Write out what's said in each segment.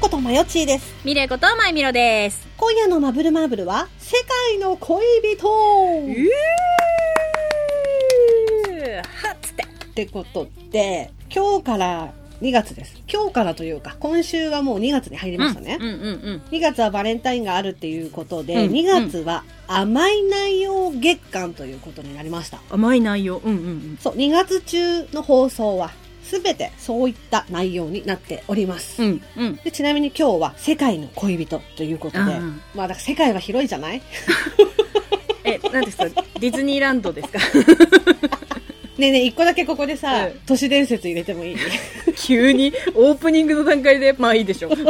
ことまよちーです。ミレイことまいみろです。今夜のマブルマーブルは、世界の恋人はっつって。ってことで、今日から2月です。今日からというか、今週はもう2月に入りましたね。うんうんうん。 2月はバレンタインがあるっていうことで、うん2月は甘い内容月間ということになりました。甘い内容。うんうんうん。そう、2月中の放送は、すべてそういった内容になっております。うんうん。でちなみに今日は世界の恋人ということで、うんまあだから世界は広いじゃないえ、なんですかディズニーランドですか ねえねえ、一個だけここでさ、うん都市伝説入れてもいい 急にオープニングの段階で、まあいいでしょう。デ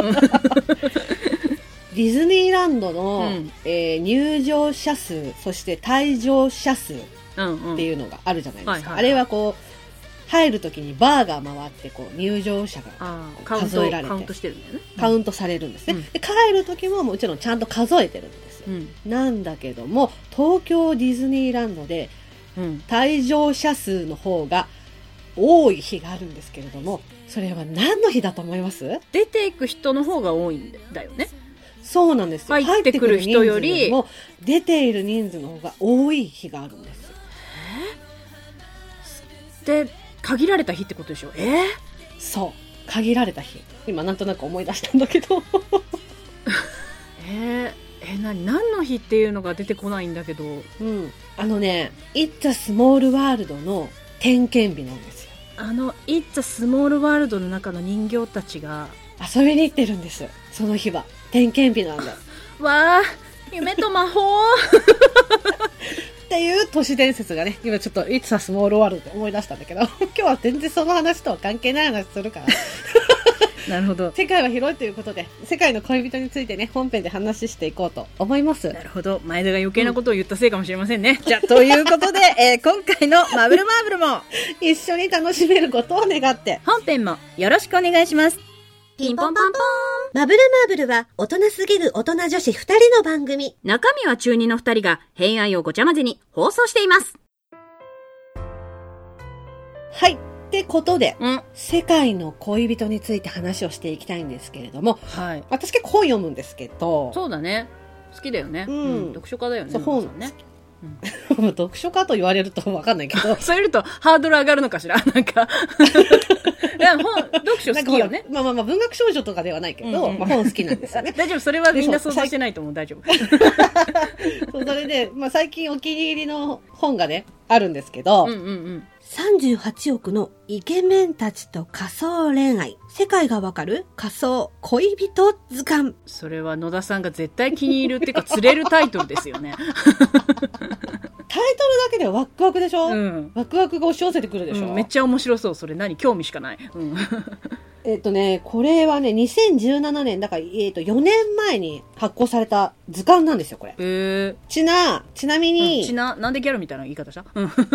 ィズニーランドの、うんえー入場者数、そして退場者数っうんうん。ていうのがあるじゃないですか。うんはいはいはいあれはこう、入るときにバーが回って、こう、入場者がああ、カウン数えられてト、カウントしてるんだよね。カウントされるんですね。うんで帰るときももちろんちゃんと数えてるんですよ。うん。なんだけども、東京ディズニーランドでうん。退場者数の方が多い日があるんですけれども、それは何の日だと思います出ていく人の方が多いんだよね。そうなんですよ。入ってくる人より入ってくる人も出ている人数の方が多い日があるんですよ。で、限られた日ってことでしょ。えーそう。限られた日。今なんとなく思い出したんだけど。えー、え、なに、何の日っていうのが出てこないんだけど。うん。あのね、It's a Small World の点検日なんですよ。あの「It's a Small World」の中の人形たちが遊びに行ってるんです。その日は。点検日なんだ。 「わあ夢と魔法っていう都市伝説がね、今ちょっと、いつはスモールワールドで思い出したんだけど、 今日は全然その話とは関係ない話するから、」 なるほど世界は広いということで、世界の恋人についてね、本編で話していこうと思います。なるほど前田が余計なことを言ったせいかもしれませんね、 じゃあということで、えー今回の「マブルマーブル」もこ一緒に楽しめることを願って、本編もよろしくお願いしますピンポンパンポンマブルマーブルは大人すぎる大人女子二人の番組。中身は中二の二人が偏愛をごちゃ混ぜに放送していますはい。ってことで、うん世界の恋人について話をしていきたいんですけれども、はい私結構本読むんですけど、そうだね好きだよね、うん読書家だよねそう本皆さんね読書家と言われるとわかんないけ ど、そう言うとハードル上がるのかしらなん かいや本読書なんか好きほよらねまあまあまあ文学少女とかではないけど、うんうんまあ本好きなんですよね。大丈夫それはみんな想像してないと思う大丈夫そうそれで、まあ、最近お気に入りの本がね、あるんですけど、うんうんうん38億のイケメンたちと仮想恋愛。世界がわかる仮想恋人図鑑。それは野田さんが絶対気に入るっていうか釣れるタイトルですよ ねタイトルだけでワクワクでしょ、うんワクワクが押し寄せてくるでしょ、うんめっちゃ面白そうそれ何興味しかない、うん、えっ、とね、これはね、2017年、だから、えっ、と、4年前に発行された図鑑なんですよ、これ。えちな、ちなみーに、うんちななんでギャルみたいな言い方した、う ん、ちょっ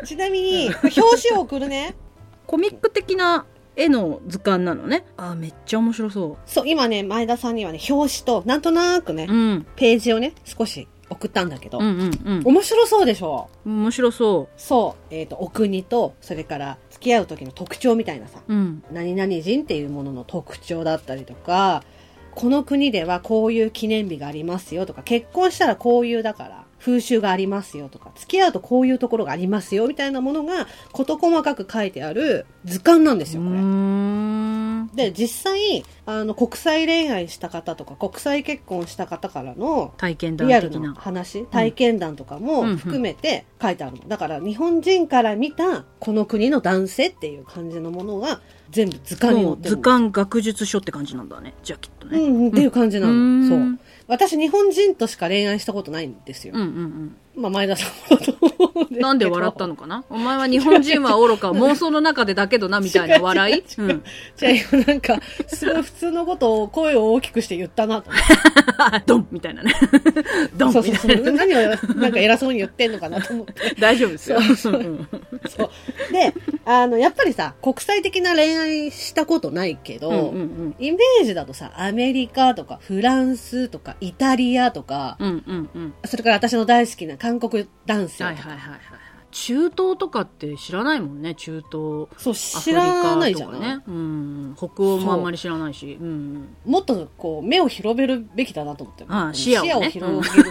とちなみに、表紙を送るね。 コミック的な絵の図鑑なのねあーめっちゃ面白そそう、今ね、前田さんにはね、表紙と、なんとなくねう、、うん、ページをね、少し送ったんだけど、うんうん面白そうでしょうん面白そそう、えっ、と、お国と、それから、付き合う時の特徴みたいなさ、ううん何々人っていうものの特徴だったりとか、この国ではこういう記念日がありますよとか、結婚したらこういうだから、風習がありますよとか、付き合うとこういうところがありますよみたいなものが、事細かく書いてある図鑑なんですうーよ、これ。んで、実際、あの、国際恋愛した方とか、国際結婚した方からの、体験談リアル的なな話、体験談とかもうん含めて書いてあるの。だから、日本人から見た、この国の男性っていう感じのものが、全部図鑑にも載っうてる図の。鑑学術書って感じなんだねじゃあきっとうね、んうん、っていう感じなの。そうーう。ん私、日本人としか恋愛したことないんですよ。うんうんうんまあ、前田さんもだと思うんですけど。なんで笑ったのかなお前は日本人 は愚か、妄想の中でだけどな、みたいな笑い違ううん。じゃあ、今なんか、すごい普通のことを、声を大きくして言ったな と思って。ドンみたい なね。ドンそうみそうそ。たいうな。何を偉なんか偉そうに言ってんのかなと思って。大丈夫ですよ。うんそう。で、あの、やっぱりさ、国際的な恋愛したことないけど、うんうんイメージだとさ、アメリカとかフランスとかイタリアとか、うんうんうん。それから私の大好きな韓国男性とはいはいか、はいはいはい。中東とかって知らないもんね中東そうア知フリカとからねないじゃない、うん、北欧もあんまり知らないし、うん、もっとこう目を広めるべきだなと思ってああ視野をね広げる、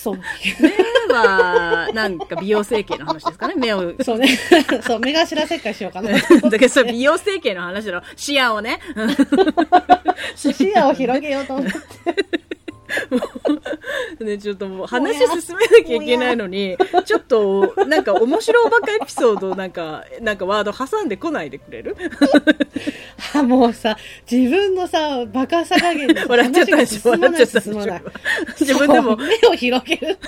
そう目はなんか美容整形の話で すかね目をそうねそう目頭切開しようかな だけどそれ美容整形の話だろ視野をね視野を広げようと思ってね、ちょっともう話進めなきゃいけないのに、ちょっと、なんか面白おバカエピソードなんか、なんかワード挟んでこないでくれるあもうさ自分のさバカさ加減でさ笑っちゃったでしょ話が進ま笑っなちゃいったでし進まないょ 自分でもそう目を広げる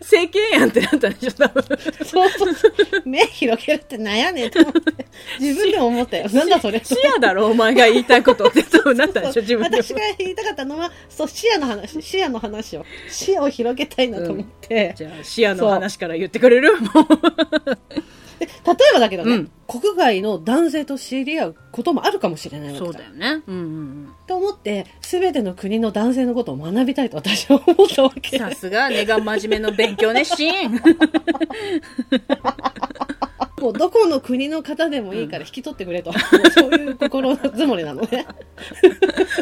政権やんってなったでしょ多分。そうそうそう目広げるって悩ねえと思って自分でも思った よなんだそれ視野だろお前が言いたいことって多分なったでしょ自分でも私。が言いたかったのはそう視野の 話視野の話を視野を広げたいなと思って、じゃあ視野の話から言ってくれるもう。で例えばだけどね、うん国外の男性と知り合うこともあるかもしれないわけだよね。うんうんと思って全ての国の男性のことを学びたいと私は思ったわ けさすが、根が真面目の勉強 熱心。もうどこの国の方でもいいから引き取ってく れと、もうそういう心づもりなのね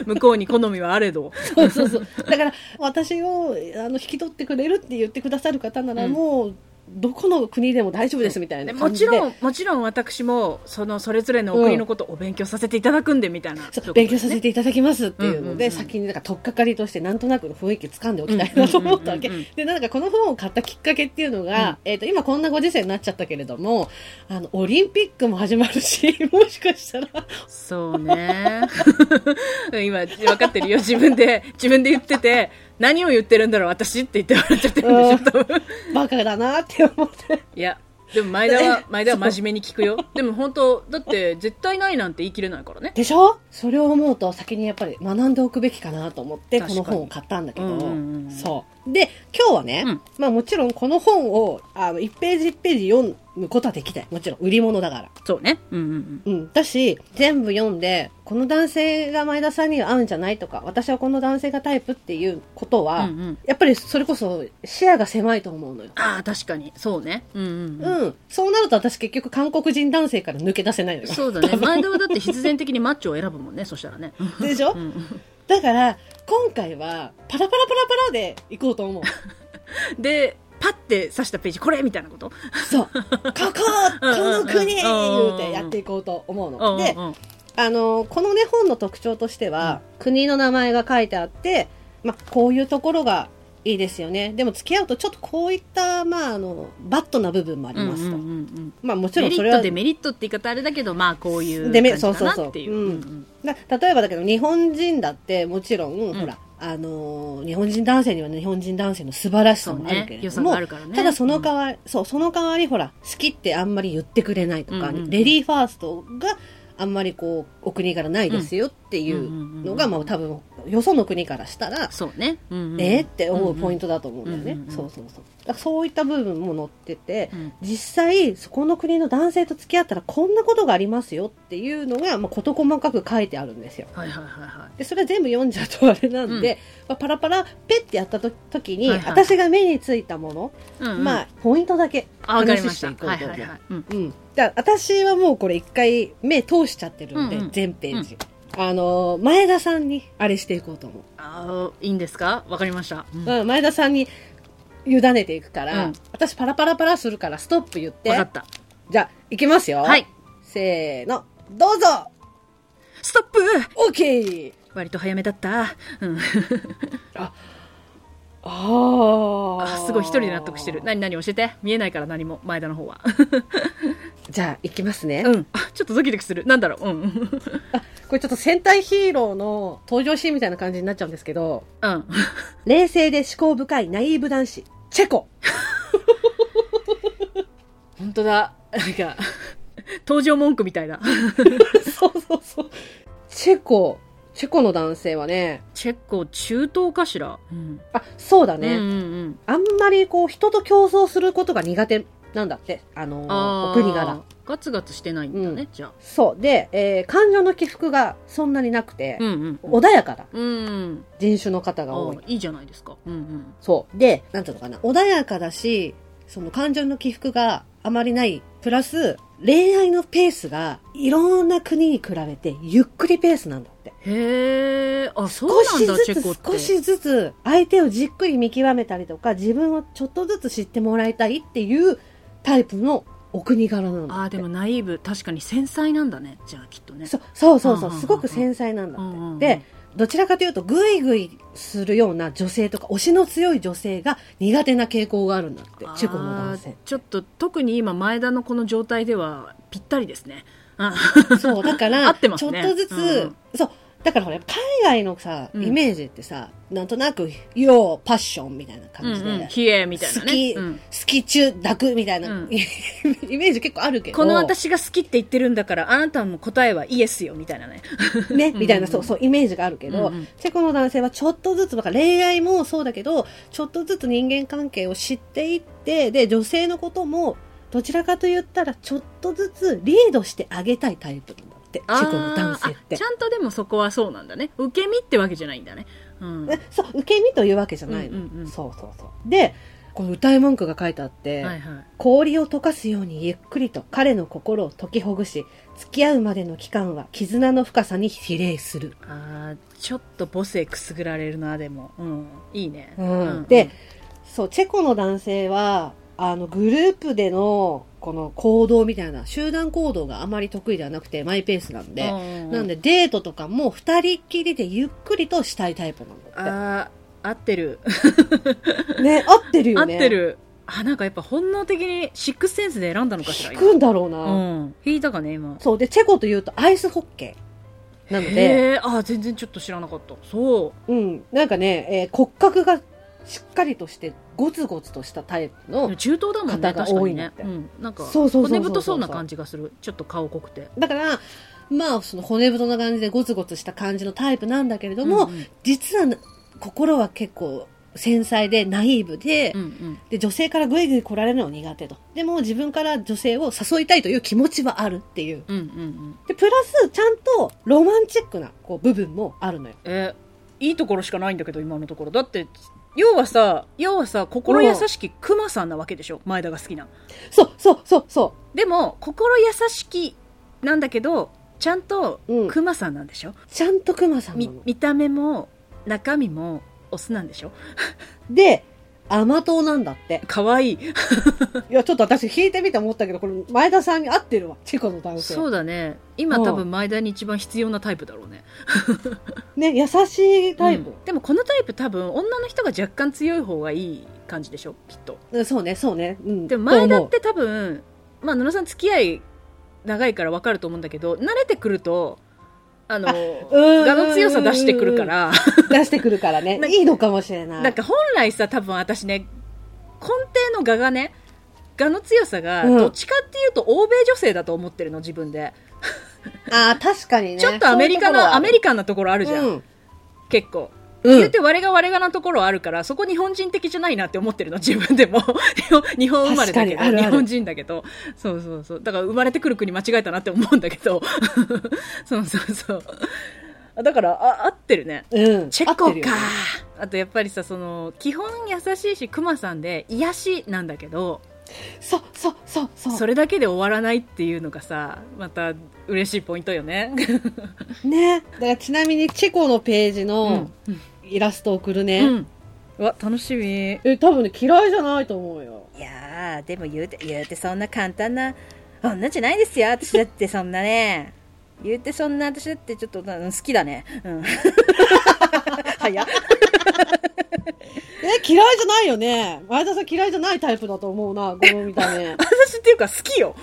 向こうに好みはあれど。そうそうそうだから私をあの引き取ってくれるって言ってくださる方ならうんもうどこの国でも大丈夫ですみたいなでも感ちじでろん、もちろん私も、その、それぞれのお国のことをお勉強させていただくんで、みたいな。そう勉強させていただきますっていうので、うんうんうん先になんか取っかかりとしてなんとなくの雰囲気掴んでおきたいなと思ったわけ、うんうんうんうんでなんかこの本を買ったきっかけっていうのが、えっと今こんなご時世になっちゃったけれどもあのオリンピックも始まるし もしかしたらそうね。 今、分かってるよ。自分で、自分で言ってて、何を言ってるんだろう、私って言って笑っちゃってるんでしょ、多分。バカだなって思っていや、でも前田は、前田は真面目に聞くよ。でも本当、だって、絶対ないなんて言い切れないからね。でしょそれを思うと先にやっぱり学んでおくべきかなと思ってこ確のかに本を買ったんだけど、うんうんうんそうで今日はね、うんまあ、もちろんこの本をあの1ページ1ページ読むことはできないもちろん売り物だから。そうね。うんうんうん、だし全部読んでこの男性が前田さんには合うんじゃないとか私はこの男性がタイプっていうことうん。は、うんうん。やっぱりそれこそ視野が狭いと思うのよ。ああ、確かに。そうね。うんうんううん。ん、そうなると私結局韓国人男性から抜け出せないのよ。そうだね。前田はだって必然的にマッチョを選ぶもんね、そしたらね。でしょ、うんだから今回はパラパラパラパラで行こうと思う。で、パッて刺したページ、これみたいなことそう。こここの国うんうんうん言うてやっていこうと思うの。うんうんで、うんあのこのね本の特徴としては、国の名前が書いてあって、まあ、こういうところがいいですよねでも付き合うとちょっとこういった、まあ、あのバッドな部分もありますと、うんうんうんうんまあ、もちろメんリそッれはトデメリットって言い方あれだけどまあこういうデメ感じかなっていうそううそうそうんうんな例えばだけど日本人だってもちろん、んほらあの日本人男性には日本人男性の素晴らしそさうもあるけれね予ど算がも、あるからねただそのか代わり、そう、その代わりほら、好きってあんまり言ってくれないとか、うんうんうんレディーファーストがあんまりこう、お国からないですよっていうのが、うんまあ多分、よその国からしたら、そうねうんうんえーって思うポイントだと思うんだよね。うんうんうんそうそうそう。だからそういった部分も載ってて、うん実際、そこの国の男性と付き合ったらこんなことがありますよっていうのが、まあ、事細かく書いてあるんですよ。はいはいはいはいでそれは全部読んじゃうとあれなんで、うまあ、パラパラペッてやったと時に、はいはい私が目についたもの、うんうんまあ、ポイントだけあわかりました話していこうはとい思うはいはいうんうん。だから私はもうこれ一回目通しちゃってるんで、うんうん全ページ。あのー、前田さんにあれしていこうと思う。あーいいんですかわかりましたうんわうん、前田さんに委ねていくから、うん私パラパラパラするからストップ言って。かったじゃあ、いきますよ。はい。せーの、どうぞストップ !OK! 割と早めだったうんあーあー すごい一人で納得してる。何何教えて見えないから何も前田の方はじゃあ、いきますね。うんあちょっとドキドキするなんだろううん これちょっと戦隊ヒーローの登場シーンみたいな感じになっちゃうんですけど、うん冷静で思考深いナイーブ男子、チェコ本当だなんか 登場文句みたいだそうそうそう。チェコ、チェコの男性はね、チェコ中東かしら、うん、あ、そうだね。うんうんあんまりこう、人と競争することが苦手なんだって。あのうん、ーあーお国柄。ガツガツしてないんだね、うじゃあそう。で、えー感情の起伏がそんなになくて、うん穏やかなうんうん人種の方あが多い。ーいいじゃないですかうんそう。で、なんていうのかな。穏やかだし、その感情の起伏があまりない、プラス、恋愛のペースが、いろんな国に比べて、ゆっくりペースなんだって。へえ、あ、そう少なんしだ、チずェつコって。少しずつ相手をじっくり見極めたりとか自分をちょっとずつ知ってもらいたいっていうタイプのお国柄なんだあっーてでもナイーブ確かに繊細なんだねじゃあきっとねそそうそうそううんうんうんうんすごく繊細なんだうんうんうっんてでどちらかというとグイグイするような女性とか推しの強い女性が苦手な傾向があるんだってチェコの男あ性ーちょっと特に今前田のこの状態ではぴったりですねあそうだか 合らってちょまっすとねずつ、うんうんそうだからほら海外のさうんイメージってさ、なんとなく「ようパッション」みたいなうん感じで、うん冷えみたいな好き、ね、うん好き中濁みたいな、うん イメージ結構あるけど。この私が好きって言ってるんだからあなたも答えはイエスよみたいなねね、んみたいな、そうそう、イメージがあるけど、うんうんチェコの男性はちょっとずつ、だから恋愛もそうだけど、ちょっとずつ人間関係を知っていって、で、女性のことも、どちらかと言ったら、ちょっとずつリードしてあげたいタイプなんだって、チェコの男性っあーあてち。ゃんとでもそこはそうなんだね受け身ってわけじゃないんだね、うん、えそう、受け身というわけじゃないの。うんうんうんそうそうそう。で、この歌い文句が書いてあって、はいはい氷を溶かすようにゆっくりと彼の心を解きほぐし、付き合うまでの期間は絆の深さに比例する。あーちょっと母性くすぐられるなでも、うん、いいね、うんでそう、チェコの男性は、あの、グループでの、この行動みたいな、集団行動があまり得意ではなくて、マイペースなんで、なんでデートとかも二人っきりでゆっくりとしたいタイプなんだっあー合ってるて。ね、合ってる合よっね。て。るあなんかやっぱ本能的にシックスセンスで選んだのかしら引今くんだろうな。うん引いたかね今そう、で、チェコというとアイスホッケーなので、へえあー全然ちょっと知らなかったそうん、なんかね、えー骨格がしっかりとして、ゴツゴツとしたタイプうの、中東だもんね方が確か多いになっねてうんなんかそうそうそうそうそう骨太そうな感じがするちょっと顔濃くてだから、まあ、その骨太な感じでゴツゴツした感じのタイプなんだけれども、うんうん実は心は結構繊細でナイーブで、うんうんで、女性からぐいぐい来られるのは苦手と。でも自分から女性を誘いたいという気持ちはあるっていう。うんうんうんで、プラス、ちゃんとロマンチックなこう部分もあるのよ。えーいいところしかないんだけど今のところだって要はさ要はさ心優しきクマさんなわけでしょ前田が好きなそう、そう、そう、そでも心優しきなんだけどちゃんとうんクマさんなんでしょ、う。ちゃんとクマさんなみの。見た目も中身もオスなんでしょで、甘党なんだって。可愛いいや、ちょっと私弾いてみて思ったけど、これ、前田さんに合ってるわ。チェコの男性。そうだね今うん多分前田に一番必要なタイプだろうねね、優しいタイプ。うんでもこのタイプ多分女の人が若干強い方がいい感じでしょきっとうんそうね、そうね。うん。でも前田っとて多分まあ野田さん付き合い長いから分かると思うんだけど慣れてくるとあのうん我の強さ出してくるから思う出してくるからね な。いいのかもしれない。 なんか本来さ多分私ね根底の我がね我の強さがうんどっちかっていうと欧米女性だと思ってるの自分で、ああ、確かにね。ちょっとアメリそカういうところはなあアるメリカンなところあるじゃん、うん。結構、うん言って我が我がなところあるからそこ日本人的じゃないなって思ってるの自分でも 日本生まれだけ確かにどあるある日本人だけどそうそうそうだから生まれてくる国間違えたなって思うんだけど そうそうそうだからあ合ってるねうん。チェコ合か、ってるよねあとやっぱりさその基本優しいしクマさんで癒しなんだけどそう、そう、そう、そう。それだけで終わらないっていうのがさまた嬉しいポイントよねね。だからちなみに、チェコのページのうんイラスト送るうね。んうわ楽しみえ、多分ね、嫌いじゃないと思うよ。いやー、でも言うて、言うてそんな簡単な女じゃないですよ。私だってそんなね。言うてそんな私だってちょっとうん好きだね。 うん。早っ。え、嫌いじゃないよね。前田さん嫌いじゃないタイプだと思うな、この見た 目。だ私っていうか好きよ。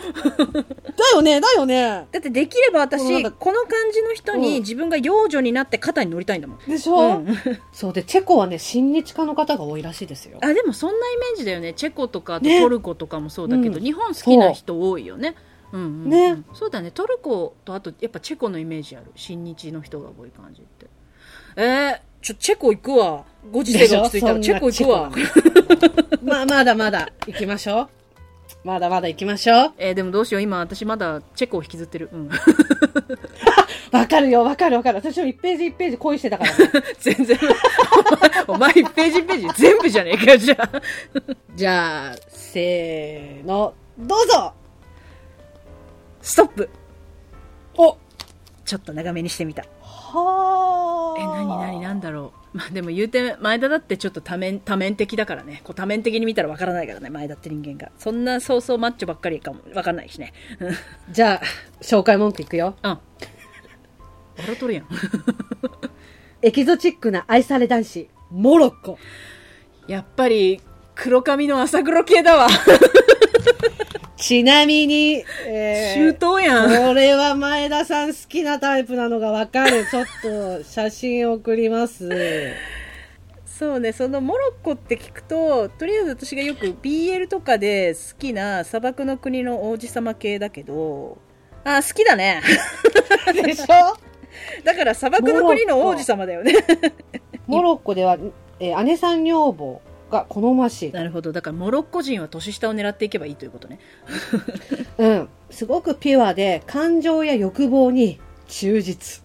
よね、だよね。だってできればこの私、なんかこの感じの人うんに自分が幼女になって肩に乗りたいんだもん。でしょ、うん、そうで、チェコはね、親日家の方が多いらしいですよ。あでもそんなイメージだよねチェコとかあとねトルコとかもそうだけど、うん日本好きな人多いよねうんうんうんねそうだねトルコとあとやっぱチェコのイメージある親日の人が多い感じってえー、ちょチェコ行くわご時世が落ち着いたらチェコ行くわそんなチェコなんだ まあ、まだまだ行きましょう。まだまだ行きましょう。えーでもどうしよう今私まだチェコを引きずってる、うんわかるよ、わかるわかる。私も1ページ1ページ恋してた から、ね。全然お前お前1ページ1ページ全部じゃねえかよじゃあじゃあ、せーの、どうぞストップおちょっと長めにしてみた。はえ、ーなになになんだろう。まあでも言うて、前田だってちょっと多面、多面的だからね。こう多面的に見たらわからないからね、前田って人間が。そんなそうそうマッチョばっかりかも、わかんないしね。じゃあ、紹介文句いくよ。うん。笑っとるやん。エキゾチックな愛され男子、モロッコ。 やっぱり、黒髪の朝黒系だわ。ちなみに、え中東やん。これは前田さん好きなタイプなのがわかる。ちょっと写真送ります。そうね、そのモロッコって聞くと、とりあえず私がよく BL とかで好きな砂漠の国の王子様系だけど、あ、好きだね。 でしょだから砂漠の国の王子様だよね。モロッコでは、えー姉さん女房が好ましい。なるほど。だからモロッコ人は年下を狙っていけばいいということね。うん。すごくピュアで、感情や欲望に忠実。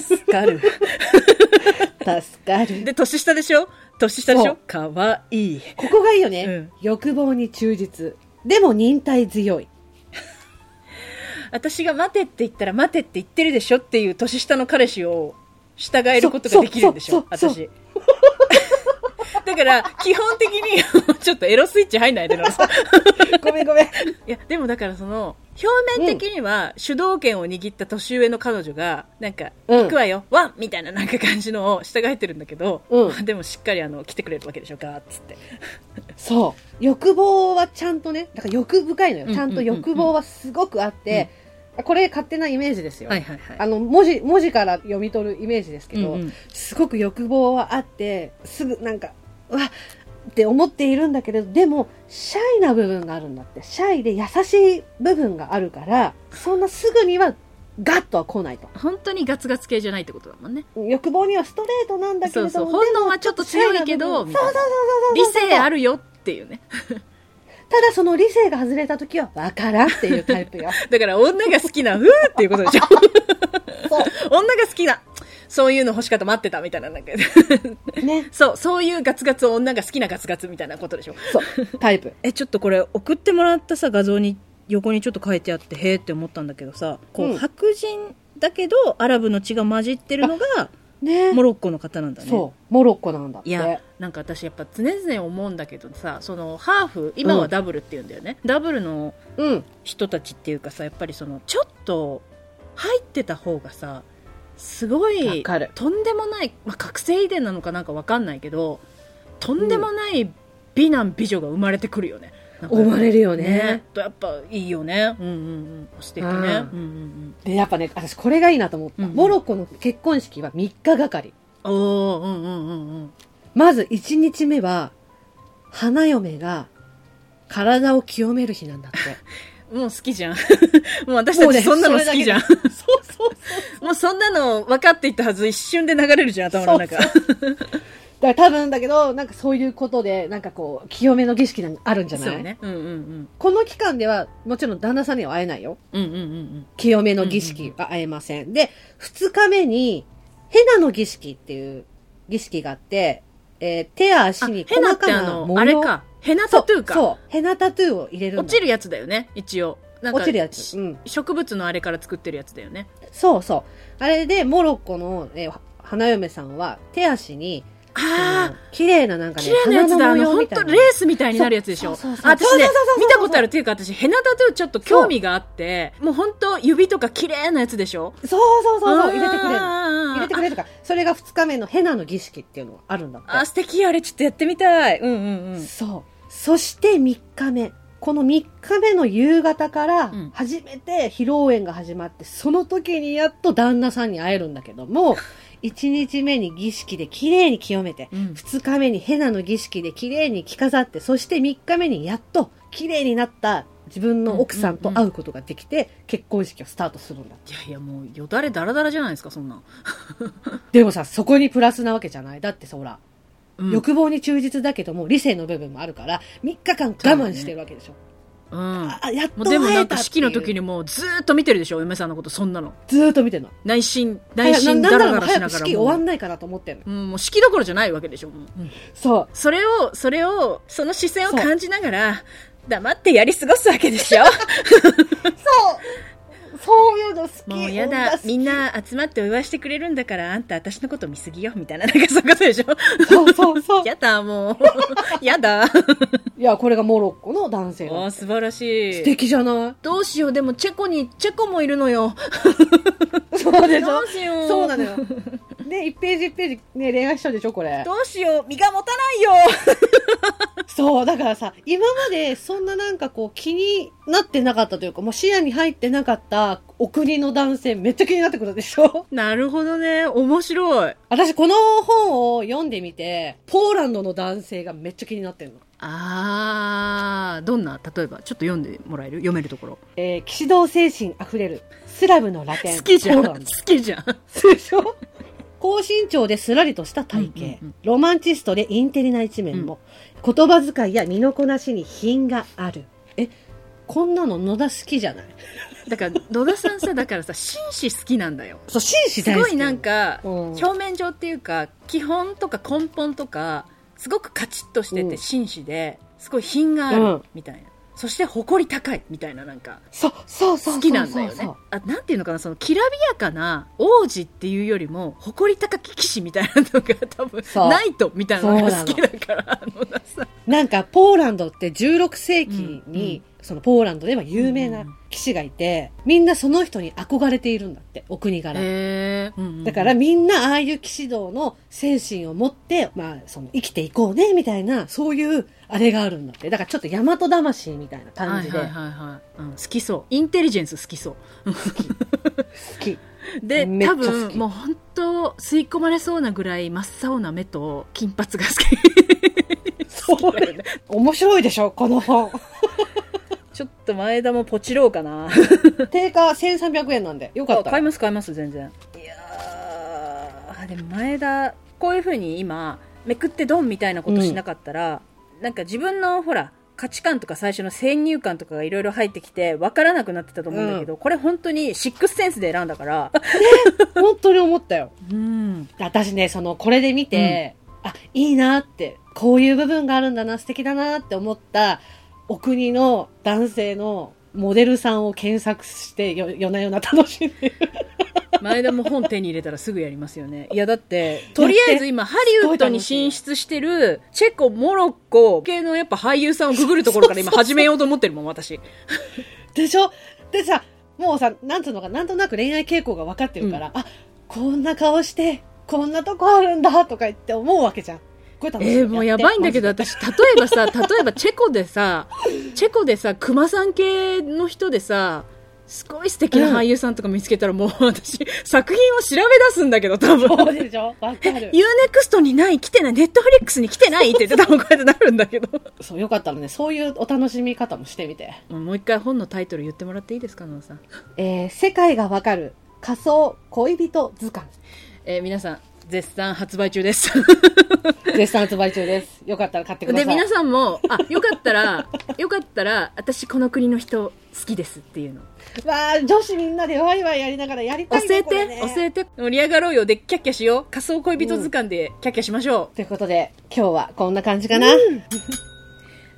助か る。助かる。で、年下でしょ年下でしょそうかわいい。ここがいいよね。うん欲望に忠実。でも忍耐強い。私が待てって言ったら待てって言ってるでしょっていう年下の彼氏を従えることができるんでしそょうそうそ私。だから、基本的に、 ちょっとエロスイッチ入んないでなさい。ごめんごめん。いや、でもだからその、表面的には主導権を握った年上の彼女が、なんか、うん行くわよ、ワンみたいななんか感じのを従えてるんだけど、うでもしっかりあの、来てくれるわけでしょ、ガーッつって。そう。欲望はちゃんとね、だから欲深いのうんうよ。んちゃんと欲望はすごくあって、これ勝手なイメージですよ。はいはいはい。あの、文字、文字から読み取るイメージですけど、うんうんすごく欲望はあって、すぐなんか、うわっって思っているんだけれど、でも、シャイな部分があるんだって。シャイで優しい部分があるから、そんなすぐにはガッとは来ないと。本当にガツガツ系じゃないってことだもんね。欲望にはストレートなんだけれども、そうそう本能はちょっと強いけどでもちょっとシャイな部分そうそうそう理そうそう。性あるよっていうね。ただその理性が外れた時は分からんっていうタイプ よ。だから女が好きな、うーっていうこと でしょ。そ女が好きな、そういうの欲しかった待ってたみたいな、なんか、 う。ね。そう、そういうガツガツを女が好きなガツガツみたいなことでしょ。そう。タイプ。え、ちょっとこれ送ってもらったさ、画像に横にちょっと書いてあって、へーって思ったんだけどさ、こう、うん白人だけどアラブの血が混じってるのがね モロッコの方なんだね。そう。モロッコなんだって。いや、なんか私やっぱ常々思うんだけどさ、そのハーフ、今はダブルって言うんだよね。ダブルのうん。人たちっていうかさやっぱりそのちょっと入ってた方がさすごいわかるとんでもない、まあ、覚醒遺伝なのかなんかわかんないけどとんでもない美男美女が生まれてくるよね、なんか生まれるよねとやっぱいいよねうんうんうん素敵ね、うんうんうんで、やっぱね、私これがいいなと思った。うんうんモロッコの結婚式は3日がかり。うんおーうんうんうんうんまず1日目は、花嫁が体を清める日なんだって。もう好きじゃん もう 私たちそんなの好きじゃ んそうそうそう。もうそんなの分かっていったはず一瞬で流れるじゃん頭の中そうだから多分だけど、なんかそういうことで、なんかこう、清めの儀式なんかあるんじゃない、そうねうんうんうんこの期間では、もちろん旦那さんには会えないよ。うんうんうん清めの儀式は会えません。で、二日目に、ヘナの儀式っていう儀式があって、えー手や足にヘナ細ってかあなの、模あれ様。か。ヘナそタうトゥーか。そう。ヘナタトゥーを入れるんだ落ちるやつだよね、一応。なんか落ちるやつ。うん。植物のあれから作ってるやつだよね。そうそう。あれで、モロッコの、えー花嫁さんは、手足に、ああの綺麗ななんあ、かね綺、麗なやつだ。花のあの、模様ほんみたといなレー。スみたいになるやつでしょ。そうそうそうあ私ねそうそうそうそう、見たことあるっていうか、私、ヘナタトゥーちょっと興味があって、もうほんと指とか綺麗なやつでしょ。そうそうそうそう、あー入れてくれるの。入入れてくれるとか、それが二日目のヘナの儀式っていうのがあるんだって。あ、素敵。あれ、ちょっとやってみたい。うんうんうん。そう。そして3日目。この3日目の夕方からうん初めて披露宴が始まって、その時にやっと旦那さんに会えるんだけども、1日目に儀式で綺麗に清めて、うん2日目にヘナの儀式で綺麗に着飾って、そして3日目にやっと綺麗になった自分の奥さんと会うことができて、結婚式をスタートするんだ。いやいや、もう、よだれだらだらじゃないですか、そんなん。でもさ、そこにプラスなわけじゃないだってさ、ほら、うん欲望に忠実だけども、理性の部分もあるから、3日間我慢してるわけでしょ。うんあ、やっもとうでも会なえんたかっていう式の時にもうずーっと見てるでしょお嫁さんのことそんなのずーっと見てんの。内心内心なダんなラらもうダラし早なくがら式終わもんないかなと思ってんの。う,、うん、もう式どころじゃないわけでしょもううんそう。それをそれをその視線を感じながら黙ってやり過ごすわけでし ょそうそういうの好き。もう女やだ 好きみんな集まってお祝いしてくれるんだからあんた私のこと見すぎよみたいななんかそういうことでしょ そうそうそう。やだもう やだいや、これがモロッコの男性 おの。ー素晴らしい素敵じゃなどうしようでもチェコにチェコもいるのよいそうでしどょうしようそうなのよ。で、1ページ1ページね、恋愛しちゃうでしょ、これ。 どうしよう身が持たないよそう、だからさ、今までそんななんかこう気になってなかったというか、もう視野に入ってなかったお国の男性めっちゃ気になってくるでしょなるほどね面白い私この本を読んでみて、ポーランドの男性がめっちゃ気になってるの。あーどんな例えばちょっと読んでもらえる読めるところえー、騎士道精神あふれる、スラブのラテン。好きじゃポんーラ好ンドきじゃんそうでしょ高身長ですらりとした体型、うんうんうんロマンチストでインテリな一面も、言葉遣いや身のこなしに品がある。え、こんなの野田好きじゃないだから野田さん さだからさ紳士好きなんだよそう、紳士す大好ごき。いなん、かうん、表面上っていうか基本とか根本とかすごくカチッとしてうてん紳士ですごい品がうあんるみたいな、そして誇り高いみたいななんかそう、そうそうそうそう。好きなんだよそうね。あ、なんていうのかな、そのきらびやかな王子っていうよりも、誇り高き騎士みたいなのが多分、そうナイトみたいなのが好きそだから、あのなさ。なんか、ポーランドって16世紀に、うそのポーランドでは有名な騎士がいて、みんなその人に憧れているんだって、お国柄。へえ。だから、みんなああいう騎士道の精神を持って、まあ、その生きていこうね、みたいな、そういうあれがあるんだって。だからちょっと大和魂みたいな感はじいではいはいはい、うん。好きそう。インテリジェンス好きそう。好き。で、めっちゃ多好き分、もう本当吸い込まれそうなぐらい真っ青な目と金髪が好き。そう。面白いでしょ、この 本。ちょっと前田もポチろうかな。定価1300円なんで、よかったら。買います買います全然いやーでも前田こういうふうに今めくってドンみたいなことしなかったら、なんか自分のほら価値観とか最初の先入観とかがいろいろ入ってきて分からなくなってたと思うんだけど、これ本当にシックスセンスで選んだから本当に思ったよ。うん私ね、その、これで見て、あ、いいなって、こういう部分があるんだな、素敵だなって思った、お国の男性のモデルさんを検索して、よ、夜な夜な楽しんでる。前田も本手に入れたらすぐやりますよねいやだってとりあえず今ハリウッドに進出してるチェコモロッコ系のやっぱ俳優さんをググるところから今始めようと思ってるもん私でしょでさ、もうさ、なんつうのか、なんとなく恋愛傾向が分かってるから、あ、こんな顔して、こんなとこあるんだ、とか言って思うわけじゃん。これ楽しみえー、もうやってばいんだけど、マジで私、例えばさ、 例えばチェコでさ、チェコでさ、熊さん系の人でさ、すごい素敵な俳優さんとか見つけたら、もう 私、作品を調べ出すんだけど、多そう分。でしょわかる。ユーネクストにない、来てない、ネットフリックスに来てないって 言って多分こうやってなるんだけど。そう、よかったらね、そういうお楽しみ方もしてみて。 もう一回本のタイトル言ってもらっていいですか、野田さん。えー、世界がわかる仮想恋人図鑑。えー皆さん、絶賛発売中です。絶賛発売中です。よかったら買ってくださで、い。皆さんも、あ、よかったら、よかったら、私この国の人好きですっていうの。わあ、女子みんなでワイワイやりながらやりたい教ねえこれて、ね、教えて盛り上がろうよでキャッキャしよう仮想恋人図鑑でキャッキャしましょということで、今日はこんな感じかな。う、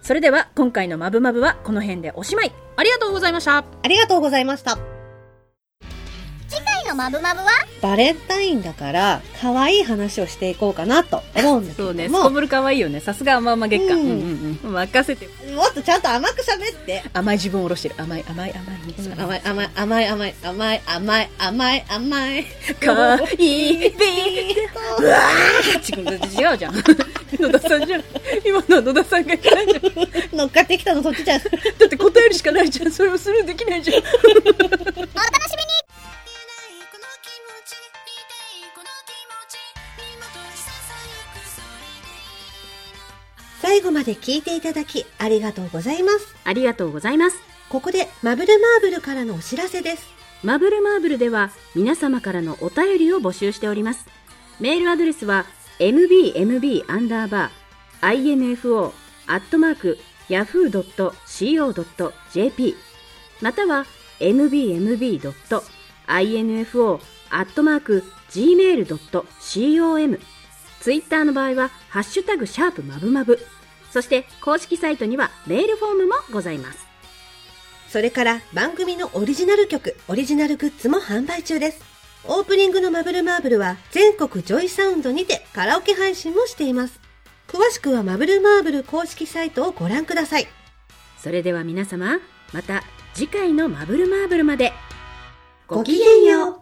それでは今回の「まぶまぶ」はこの辺でおしまいありがとうございましたありがとうございました。回のまぶまぶはバレンタインだから、可愛い話をしていこうかなと思うんですけそうねどすこも、ぶるかわいいよねさすが甘々月間、うんうんうん、任せてもっとちゃんと甘く喋って。甘い自分を下ろしてる甘い甘い甘いねそれ甘い甘い甘い甘い甘い甘い甘い甘い。かわいいビーうわー違う違うじゃん 野田さんじゃん今のは野田さんが言ったじゃん乗っかってきたのそっちじゃん。だって答えるしかないじゃんそれをスルーできないじゃんお楽しみにこの気持ち見ていいこの気持ち今とささやくそれでいい最後まで聞いていただきありがとうございます。ありがとうございますここでマブルマーブルからのお知らせです。マブルマーブルでは皆様からのお便りを募集しております。メールアドレスは mbmb-info-gmail.com yahoo.co.jp または mbmb.info.gmail.com ツイッターの場合は、ハッシュタグ、シャープマブマブ。そして、公式サイトにはメールフォームもございます。それから番組のオリジナル曲、オリジナルグッズも販売中です。オープニングのマブルマーブルは全国ジョイサウンドにてカラオケ配信もしています。詳しくはマブルマーブル公式サイトをご覧ください。それでは皆様、また次回のマブルマーブルまで。ごきげんよう。